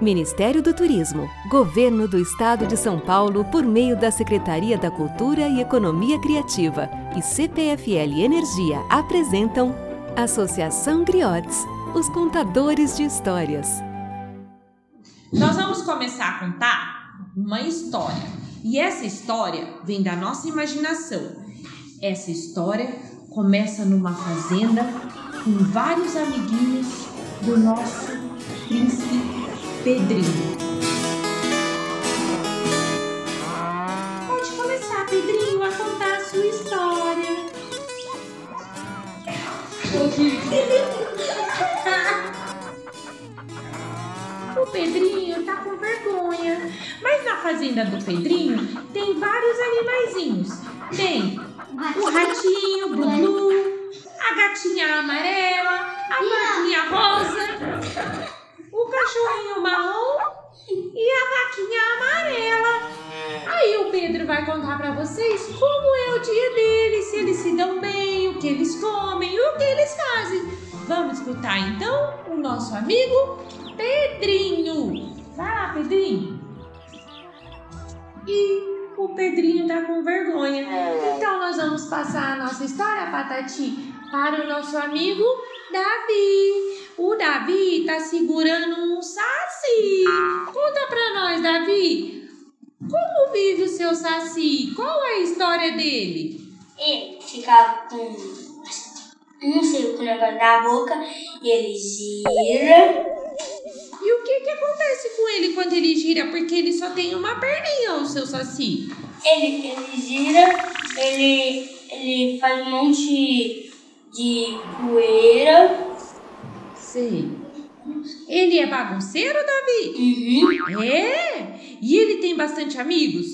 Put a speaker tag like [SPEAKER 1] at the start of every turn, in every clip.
[SPEAKER 1] Ministério do Turismo, Governo do Estado de São Paulo por meio da Secretaria da Cultura e Economia Criativa e CPFL Energia apresentam Associação Griotes, os contadores de histórias.
[SPEAKER 2] Nós vamos começar a contar uma história. E essa história vem da nossa imaginação. Essa história começa numa fazenda com vários amiguinhos do nosso príncipe Pedrinho. Pode começar, Pedrinho, a contar a sua história. O Pedrinho tá com vergonha. Mas na fazenda do Pedrinho tem vários animaizinhos. Tem o ratinho, o Blu, a gatinha amarela, a vaquinha rosa, o cachorrinho marrom e a vaquinha amarela. Aí o Pedro vai contar pra vocês como é o dia deles, se eles se dão bem, o que eles comem, o que eles fazem. Vamos escutar então o nosso amigo Pedrinho. Vai lá, Pedrinho. E o Pedrinho tá com vergonha. Então nós vamos passar a nossa história, Patati, para o nosso amigo Davi. O Davi tá segurando um saci. Conta pra nós, Davi. Como vive o seu saci? Qual é a história dele?
[SPEAKER 3] Ele ficava com um seco negócio na boca, ele gira.
[SPEAKER 2] E o que que acontece com ele quando ele gira? Porque ele só tem uma perninha, o seu saci.
[SPEAKER 3] Ele, ele gira, ele, ele faz um monte de poeira.
[SPEAKER 2] Sei. Ele é bagunceiro, Davi?
[SPEAKER 3] Uhum.
[SPEAKER 2] É? E ele tem bastante amigos?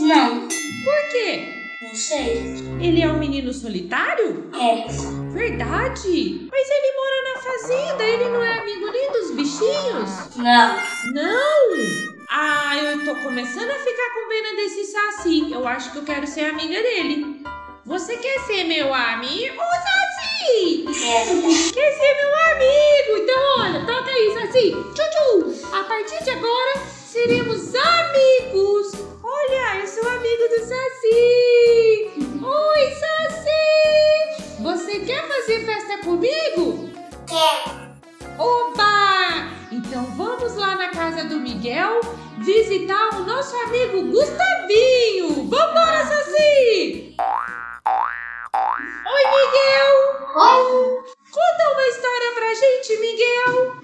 [SPEAKER 3] Não,
[SPEAKER 2] Por quê?
[SPEAKER 3] não sei.
[SPEAKER 2] Ele é um menino solitário?
[SPEAKER 3] É,
[SPEAKER 2] Verdade! Mas ele mora na fazenda, ele não é amigo nem dos bichinhos?
[SPEAKER 3] não.
[SPEAKER 2] Não! Ah, eu tô começando a ficar com pena desse Saci. Eu acho que eu quero ser amiga dele. Você quer ser meu amigo, Saci?
[SPEAKER 3] É,
[SPEAKER 2] Quer ser meu amigo? Então, olha, toca aí, Saci. Tchutchu! A partir de agora, seremos amigos. Olha, eu sou amigo do Saci. Oi, Saci! Você quer fazer festa comigo? Oba! Então vamos lá na casa do Miguel visitar o nosso amigo Gustavinho. Vambora, Saci! Oi, Miguel!
[SPEAKER 3] Oi.
[SPEAKER 2] Conta uma história pra gente, Miguel!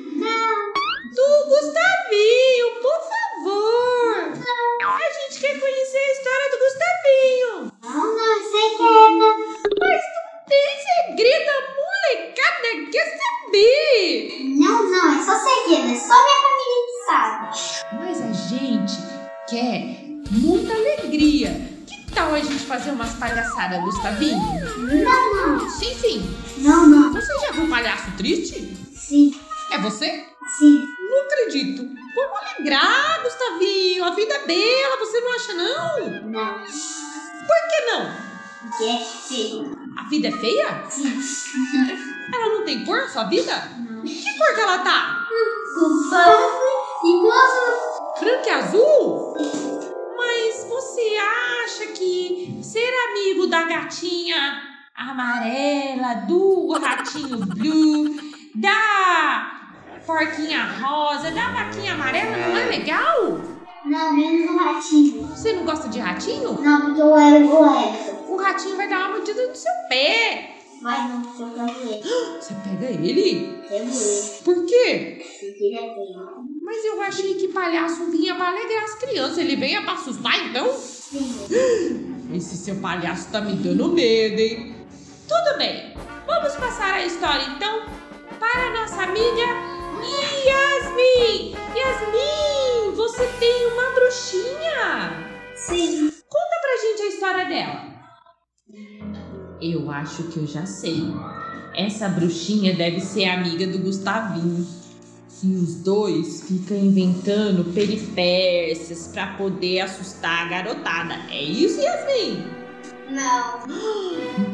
[SPEAKER 2] Do Gustavinho, por favor! A gente quer conhecer a história do Gustavinho!
[SPEAKER 3] Não, não, é segredo.
[SPEAKER 2] Tem segredo, a molecada quer saber!
[SPEAKER 3] Não, não, é só segredo, é só minha família que sabe.
[SPEAKER 2] Mas a gente quer muita alegria. Que tal a gente fazer umas palhaçadas, Gustavinho?
[SPEAKER 3] Não, não.
[SPEAKER 2] Sim, sim.
[SPEAKER 3] Não, não.
[SPEAKER 2] Você já viu um palhaço triste?
[SPEAKER 3] Sim,
[SPEAKER 2] É você?
[SPEAKER 3] sim.
[SPEAKER 2] Não acredito. Vamos alegrar, Gustavinho. A vida é bela, você não acha, não?
[SPEAKER 3] Não.
[SPEAKER 2] Por que não?
[SPEAKER 3] Porque é feio.
[SPEAKER 2] A vida é feia?
[SPEAKER 3] Sim.
[SPEAKER 2] Ela não tem cor, a sua vida? Que cor que ela tá?
[SPEAKER 3] Culpado. Igual
[SPEAKER 2] Branca e azul? Mas você acha que ser amigo da gatinha amarela, do ratinho blue, da porquinha rosa, da vaquinha amarela não é legal?
[SPEAKER 3] Não, menos um ratinho.
[SPEAKER 2] Você não gosta de ratinho?
[SPEAKER 3] Não, porque eu era goleiro.
[SPEAKER 2] O ratinho vai dar uma mordida no seu pé.
[SPEAKER 3] Mas não sou goleiro.
[SPEAKER 2] Você pega ele?
[SPEAKER 3] Eu vou.
[SPEAKER 2] Por quê?
[SPEAKER 3] Se vira bem.
[SPEAKER 2] Mas eu achei que palhaço vinha pra alegrar as crianças. Ele venha pra assustar, então?
[SPEAKER 3] Sim.
[SPEAKER 2] Esse seu palhaço tá me dando medo, hein? Tudo bem, vamos passar a história então para a nossa amiga Yasmin! Yasmin, você tem uma bruxinha!
[SPEAKER 3] Sim.
[SPEAKER 2] Conta pra gente a história dela. Eu acho que eu já sei. Essa bruxinha deve ser amiga do Gustavinho. E os dois ficam inventando peripécias pra poder assustar a garotada. É isso, Yasmin?
[SPEAKER 3] Não.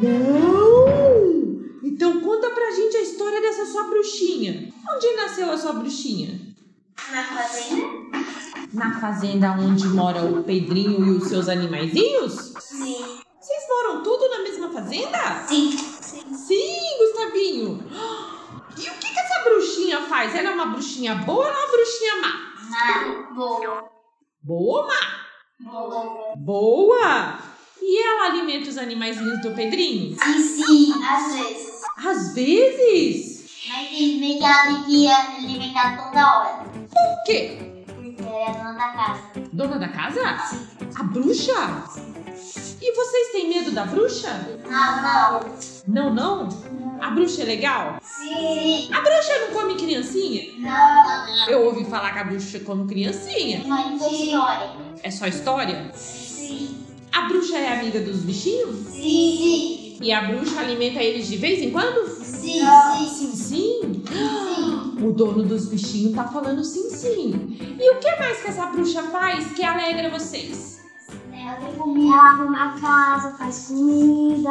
[SPEAKER 2] Não! Então conta pra gente a história dessa sua bruxinha. Onde nasceu a sua bruxinha?
[SPEAKER 3] Na fazenda?
[SPEAKER 2] Na fazenda onde mora o Pedrinho e os seus animaizinhos?
[SPEAKER 3] Sim.
[SPEAKER 2] Vocês moram tudo na mesma fazenda?
[SPEAKER 3] Sim.
[SPEAKER 2] Sim, Gustavinho. E o que, que essa bruxinha faz? Ela é uma bruxinha boa ou ela é uma bruxinha má?
[SPEAKER 3] Na boa.
[SPEAKER 2] Boa ou má?
[SPEAKER 3] Boa.
[SPEAKER 2] Boa! E ela alimenta os animaizinhos do Pedrinho?
[SPEAKER 3] Sim, sim. Às vezes.
[SPEAKER 2] Às vezes.
[SPEAKER 3] Mas ele vem cá, ele quer alimentar toda hora.
[SPEAKER 2] O quê?
[SPEAKER 3] Porque ele é dona da casa.
[SPEAKER 2] Dona da casa? A bruxa? E vocês têm medo da bruxa?
[SPEAKER 3] Ah, não.
[SPEAKER 2] Não, não. A bruxa é legal?
[SPEAKER 3] Sim.
[SPEAKER 2] A bruxa não come criancinha?
[SPEAKER 3] Não.
[SPEAKER 2] Eu ouvi falar que a bruxa come criancinha.
[SPEAKER 3] Não funciona.
[SPEAKER 2] É só história?
[SPEAKER 3] Sim.
[SPEAKER 2] A bruxa é amiga dos bichinhos?
[SPEAKER 3] Sim.
[SPEAKER 2] E a bruxa alimenta eles de vez em quando?
[SPEAKER 3] Sim. Sim.
[SPEAKER 2] Sim, sim.
[SPEAKER 3] Sim.
[SPEAKER 2] O dono dos bichinhos tá falando sim, sim. E o que mais que essa bruxa faz que alegra vocês?
[SPEAKER 3] Ela comida, arruma a casa, faz comida.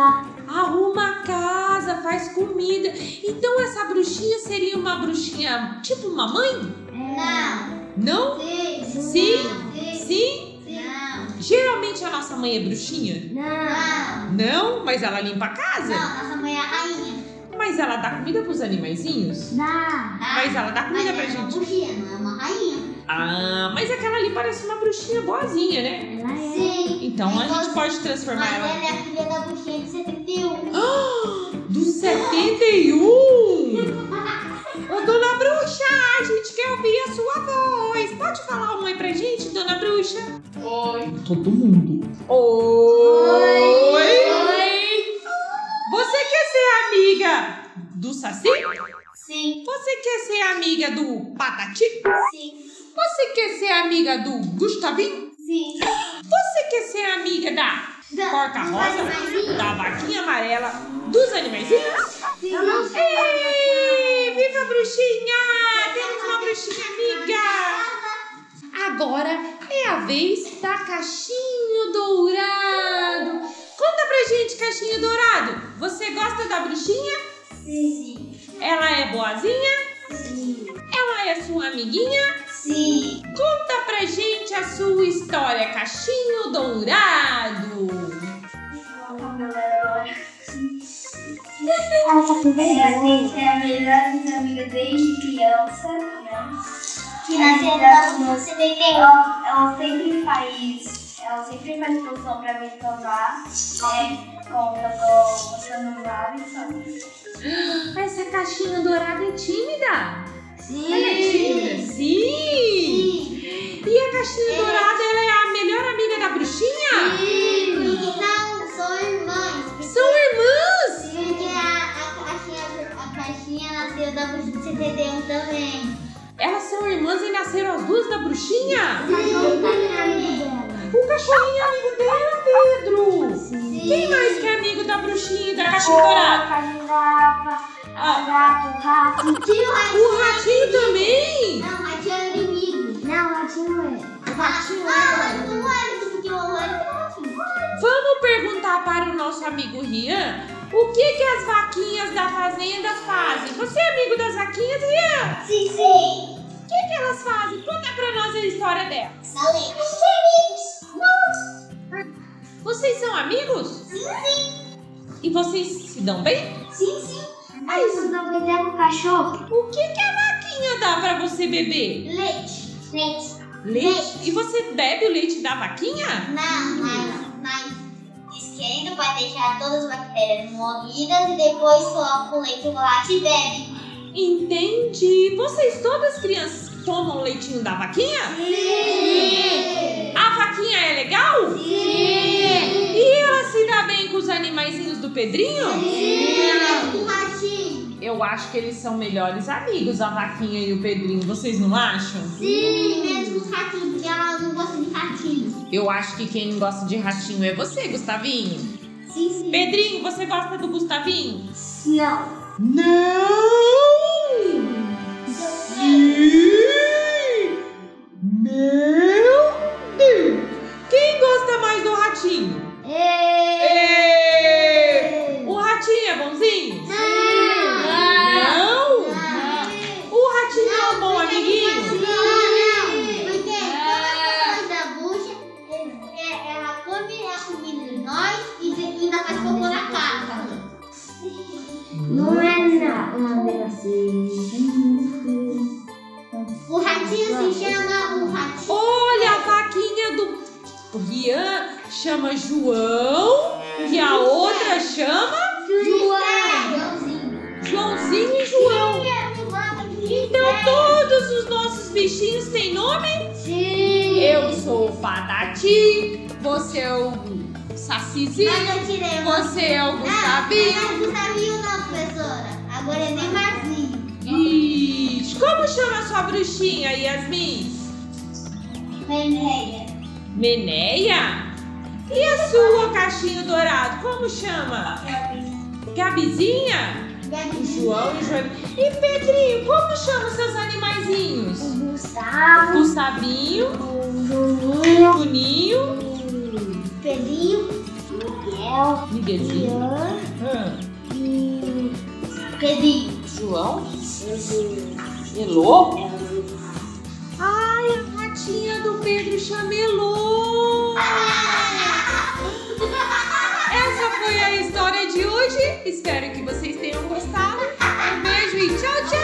[SPEAKER 2] Arruma a casa, faz comida. Então essa bruxinha seria uma bruxinha tipo uma mãe?
[SPEAKER 3] Não.
[SPEAKER 2] Não?
[SPEAKER 3] Sim.
[SPEAKER 2] Sim. Sim?
[SPEAKER 3] Não.
[SPEAKER 2] Geralmente a nossa mãe é bruxinha?
[SPEAKER 3] Não.
[SPEAKER 2] Não, mas ela limpa a casa.
[SPEAKER 3] nossa mãe é a rainha.
[SPEAKER 2] Mas ela dá comida pros animaizinhos?
[SPEAKER 3] Não.
[SPEAKER 2] Mas ela dá comida pra gente.
[SPEAKER 3] bruxinha, não é uma rainha.
[SPEAKER 2] Ah, mas aquela ali parece uma bruxinha boazinha, né?
[SPEAKER 3] Ela é. Sim.
[SPEAKER 2] Então a gente pode transformar
[SPEAKER 3] Mas
[SPEAKER 2] ela
[SPEAKER 3] ela é a filha da bruxinha de 71.
[SPEAKER 2] Do 71? Ô, dona Bruxa, a gente quer ouvir a sua voz. Pode falar um oi pra gente, dona Bruxa? Oi. Todo mundo. Oi.
[SPEAKER 3] Oi.
[SPEAKER 2] Você quer ser amiga do Saci?
[SPEAKER 3] Sim.
[SPEAKER 2] Você quer ser amiga do Patati?
[SPEAKER 3] Sim.
[SPEAKER 2] Você quer ser amiga do Gustavinho?
[SPEAKER 3] Sim.
[SPEAKER 2] Você quer ser amiga da
[SPEAKER 3] Da- dos
[SPEAKER 2] Porca-Rosa?
[SPEAKER 3] animaizinhos.
[SPEAKER 2] Da Vaquinha Amarela? Dos animaizinhos?
[SPEAKER 3] Sim. Eu não sei.
[SPEAKER 2] Ei, viva a bruxinha! Temos uma bruxinha amiga! Agora é a vez da Caixinho Dourado. Conta pra gente, Caixinho Dourado. Você gosta da bruxinha?
[SPEAKER 3] Sim.
[SPEAKER 2] Ela é boazinha?
[SPEAKER 3] Sim.
[SPEAKER 2] Ela é sua amiguinha?
[SPEAKER 3] Sim.
[SPEAKER 2] Conta pra gente a sua história, Caixinho Dourado.
[SPEAKER 3] Ela tá com vergonha. É a melhor minha amiga desde criança, né? Que na verdade você tem ela, ela sempre faz. Ela sempre faz produção pra mim tomar. Né? Como eu tô mostrando os hábitos.
[SPEAKER 2] Essa caixinha dourada é tímida.
[SPEAKER 3] Sim.
[SPEAKER 2] Ela é tímida. Sim. E a caixinha dourada, ela é a melhor amiga da bruxinha?
[SPEAKER 3] Não, são irmãs.
[SPEAKER 2] São irmãs?
[SPEAKER 3] Porque a, caixinha, a caixinha nasceu da bruxa de 71 também.
[SPEAKER 2] Elas são irmãs e nasceram as duas da bruxinha?
[SPEAKER 3] Sim.
[SPEAKER 2] O cachorrinho é amigo dela, Pedro. Quem mais que é amigo da bruxinha e da caixinha dourada? Ah,
[SPEAKER 3] Gato, rato. Tio
[SPEAKER 2] o ratinho também?
[SPEAKER 3] Não, mas é inimigo. Não, mas não é. Ratinho é. Não, é porque o olho é ratinho.
[SPEAKER 2] Vamos perguntar para o nosso amigo Rian o que, que as vaquinhas da fazenda fazem. Você é amigo das vaquinhas, Rian?
[SPEAKER 3] Sim, sim.
[SPEAKER 2] O que, que elas fazem? Conta pra nós a história delas.
[SPEAKER 3] Salete.
[SPEAKER 2] Vocês são amigos?
[SPEAKER 3] Sim, sim.
[SPEAKER 2] E vocês se dão bem?
[SPEAKER 3] Sim, sim. Aí você não vai dar com o cachorro?
[SPEAKER 2] O que, que a vaquinha dá pra você beber?
[SPEAKER 3] Leite. Leite.
[SPEAKER 2] Leite. E você bebe o leite da vaquinha?
[SPEAKER 3] Não, mas, mas diz que ainda pode deixar todas as bactérias morridas e depois coloca o leite chocolate e bebe.
[SPEAKER 2] Entendi. Vocês todas crianças tomam o leitinho da vaquinha?
[SPEAKER 3] Sim.
[SPEAKER 2] A vaquinha é legal?
[SPEAKER 3] Sim.
[SPEAKER 2] E ela se dá bem com os animaizinhos do Pedrinho?
[SPEAKER 3] Com ratinho.
[SPEAKER 2] Eu acho que eles são melhores amigos, a vaquinha e o Pedrinho. Vocês não acham?
[SPEAKER 3] Sim, mesmo com ratinho, porque ela não gosta de ratinho.
[SPEAKER 2] Eu acho que quem não gosta de ratinho é você, Gustavinho.
[SPEAKER 3] Sim,
[SPEAKER 2] Pedrinho, você gosta do Gustavinho?
[SPEAKER 3] sim. Não.
[SPEAKER 2] Não! Sim! Meu Deus! Quem gosta mais do ratinho? Ê! O ratinho é bonzinho? Não! O ratinho é um bom amiguinho?
[SPEAKER 3] Não. Ah. é, é assim. ratinho se chama o ratinho.
[SPEAKER 2] Olha a vaquinha do Guian chama João e a outra chama
[SPEAKER 3] é Joãozinho.
[SPEAKER 2] Joãozinho e João. Então
[SPEAKER 3] Então
[SPEAKER 2] todos os nossos bichinhos têm nome?
[SPEAKER 3] Sim.
[SPEAKER 2] Eu sou o Patati, você é o
[SPEAKER 3] Mas
[SPEAKER 2] Sacizinho,
[SPEAKER 3] eu tirei o nome.
[SPEAKER 2] você é o
[SPEAKER 3] Ah,
[SPEAKER 2] Gustavinho.
[SPEAKER 3] mas Gustavinho não, professora. Agora é Neymarzinho.
[SPEAKER 2] Ixi, como chama a sua bruxinha, Yasmin?
[SPEAKER 3] Meneia.
[SPEAKER 2] Meneia? E a sua, Caixinho Dourado, como chama? Gabizinha? O João e o João. E Pedrinho, como chama os seus animaizinhos?
[SPEAKER 3] O Gustavo.
[SPEAKER 2] Gustavinho,
[SPEAKER 3] O Juninho.
[SPEAKER 2] Juninho,
[SPEAKER 3] O Pedrinho. Miguel.
[SPEAKER 2] Miguelzinho,
[SPEAKER 3] Ian.
[SPEAKER 2] hum,
[SPEAKER 3] E... Pedrinho.
[SPEAKER 2] João, Elô. Ai, a ratinha do Pedro chama Elô. Essa foi a história de hoje. Espero que vocês tenham gostado. Um beijo e tchau, tchau!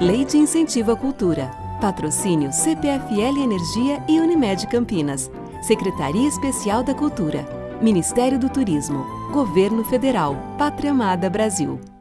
[SPEAKER 1] Lei de Incentivo à Cultura. Patrocínio CPFL Energia e Unimed Campinas. Secretaria Especial da Cultura. Ministério do Turismo. Governo Federal. Pátria Amada Brasil.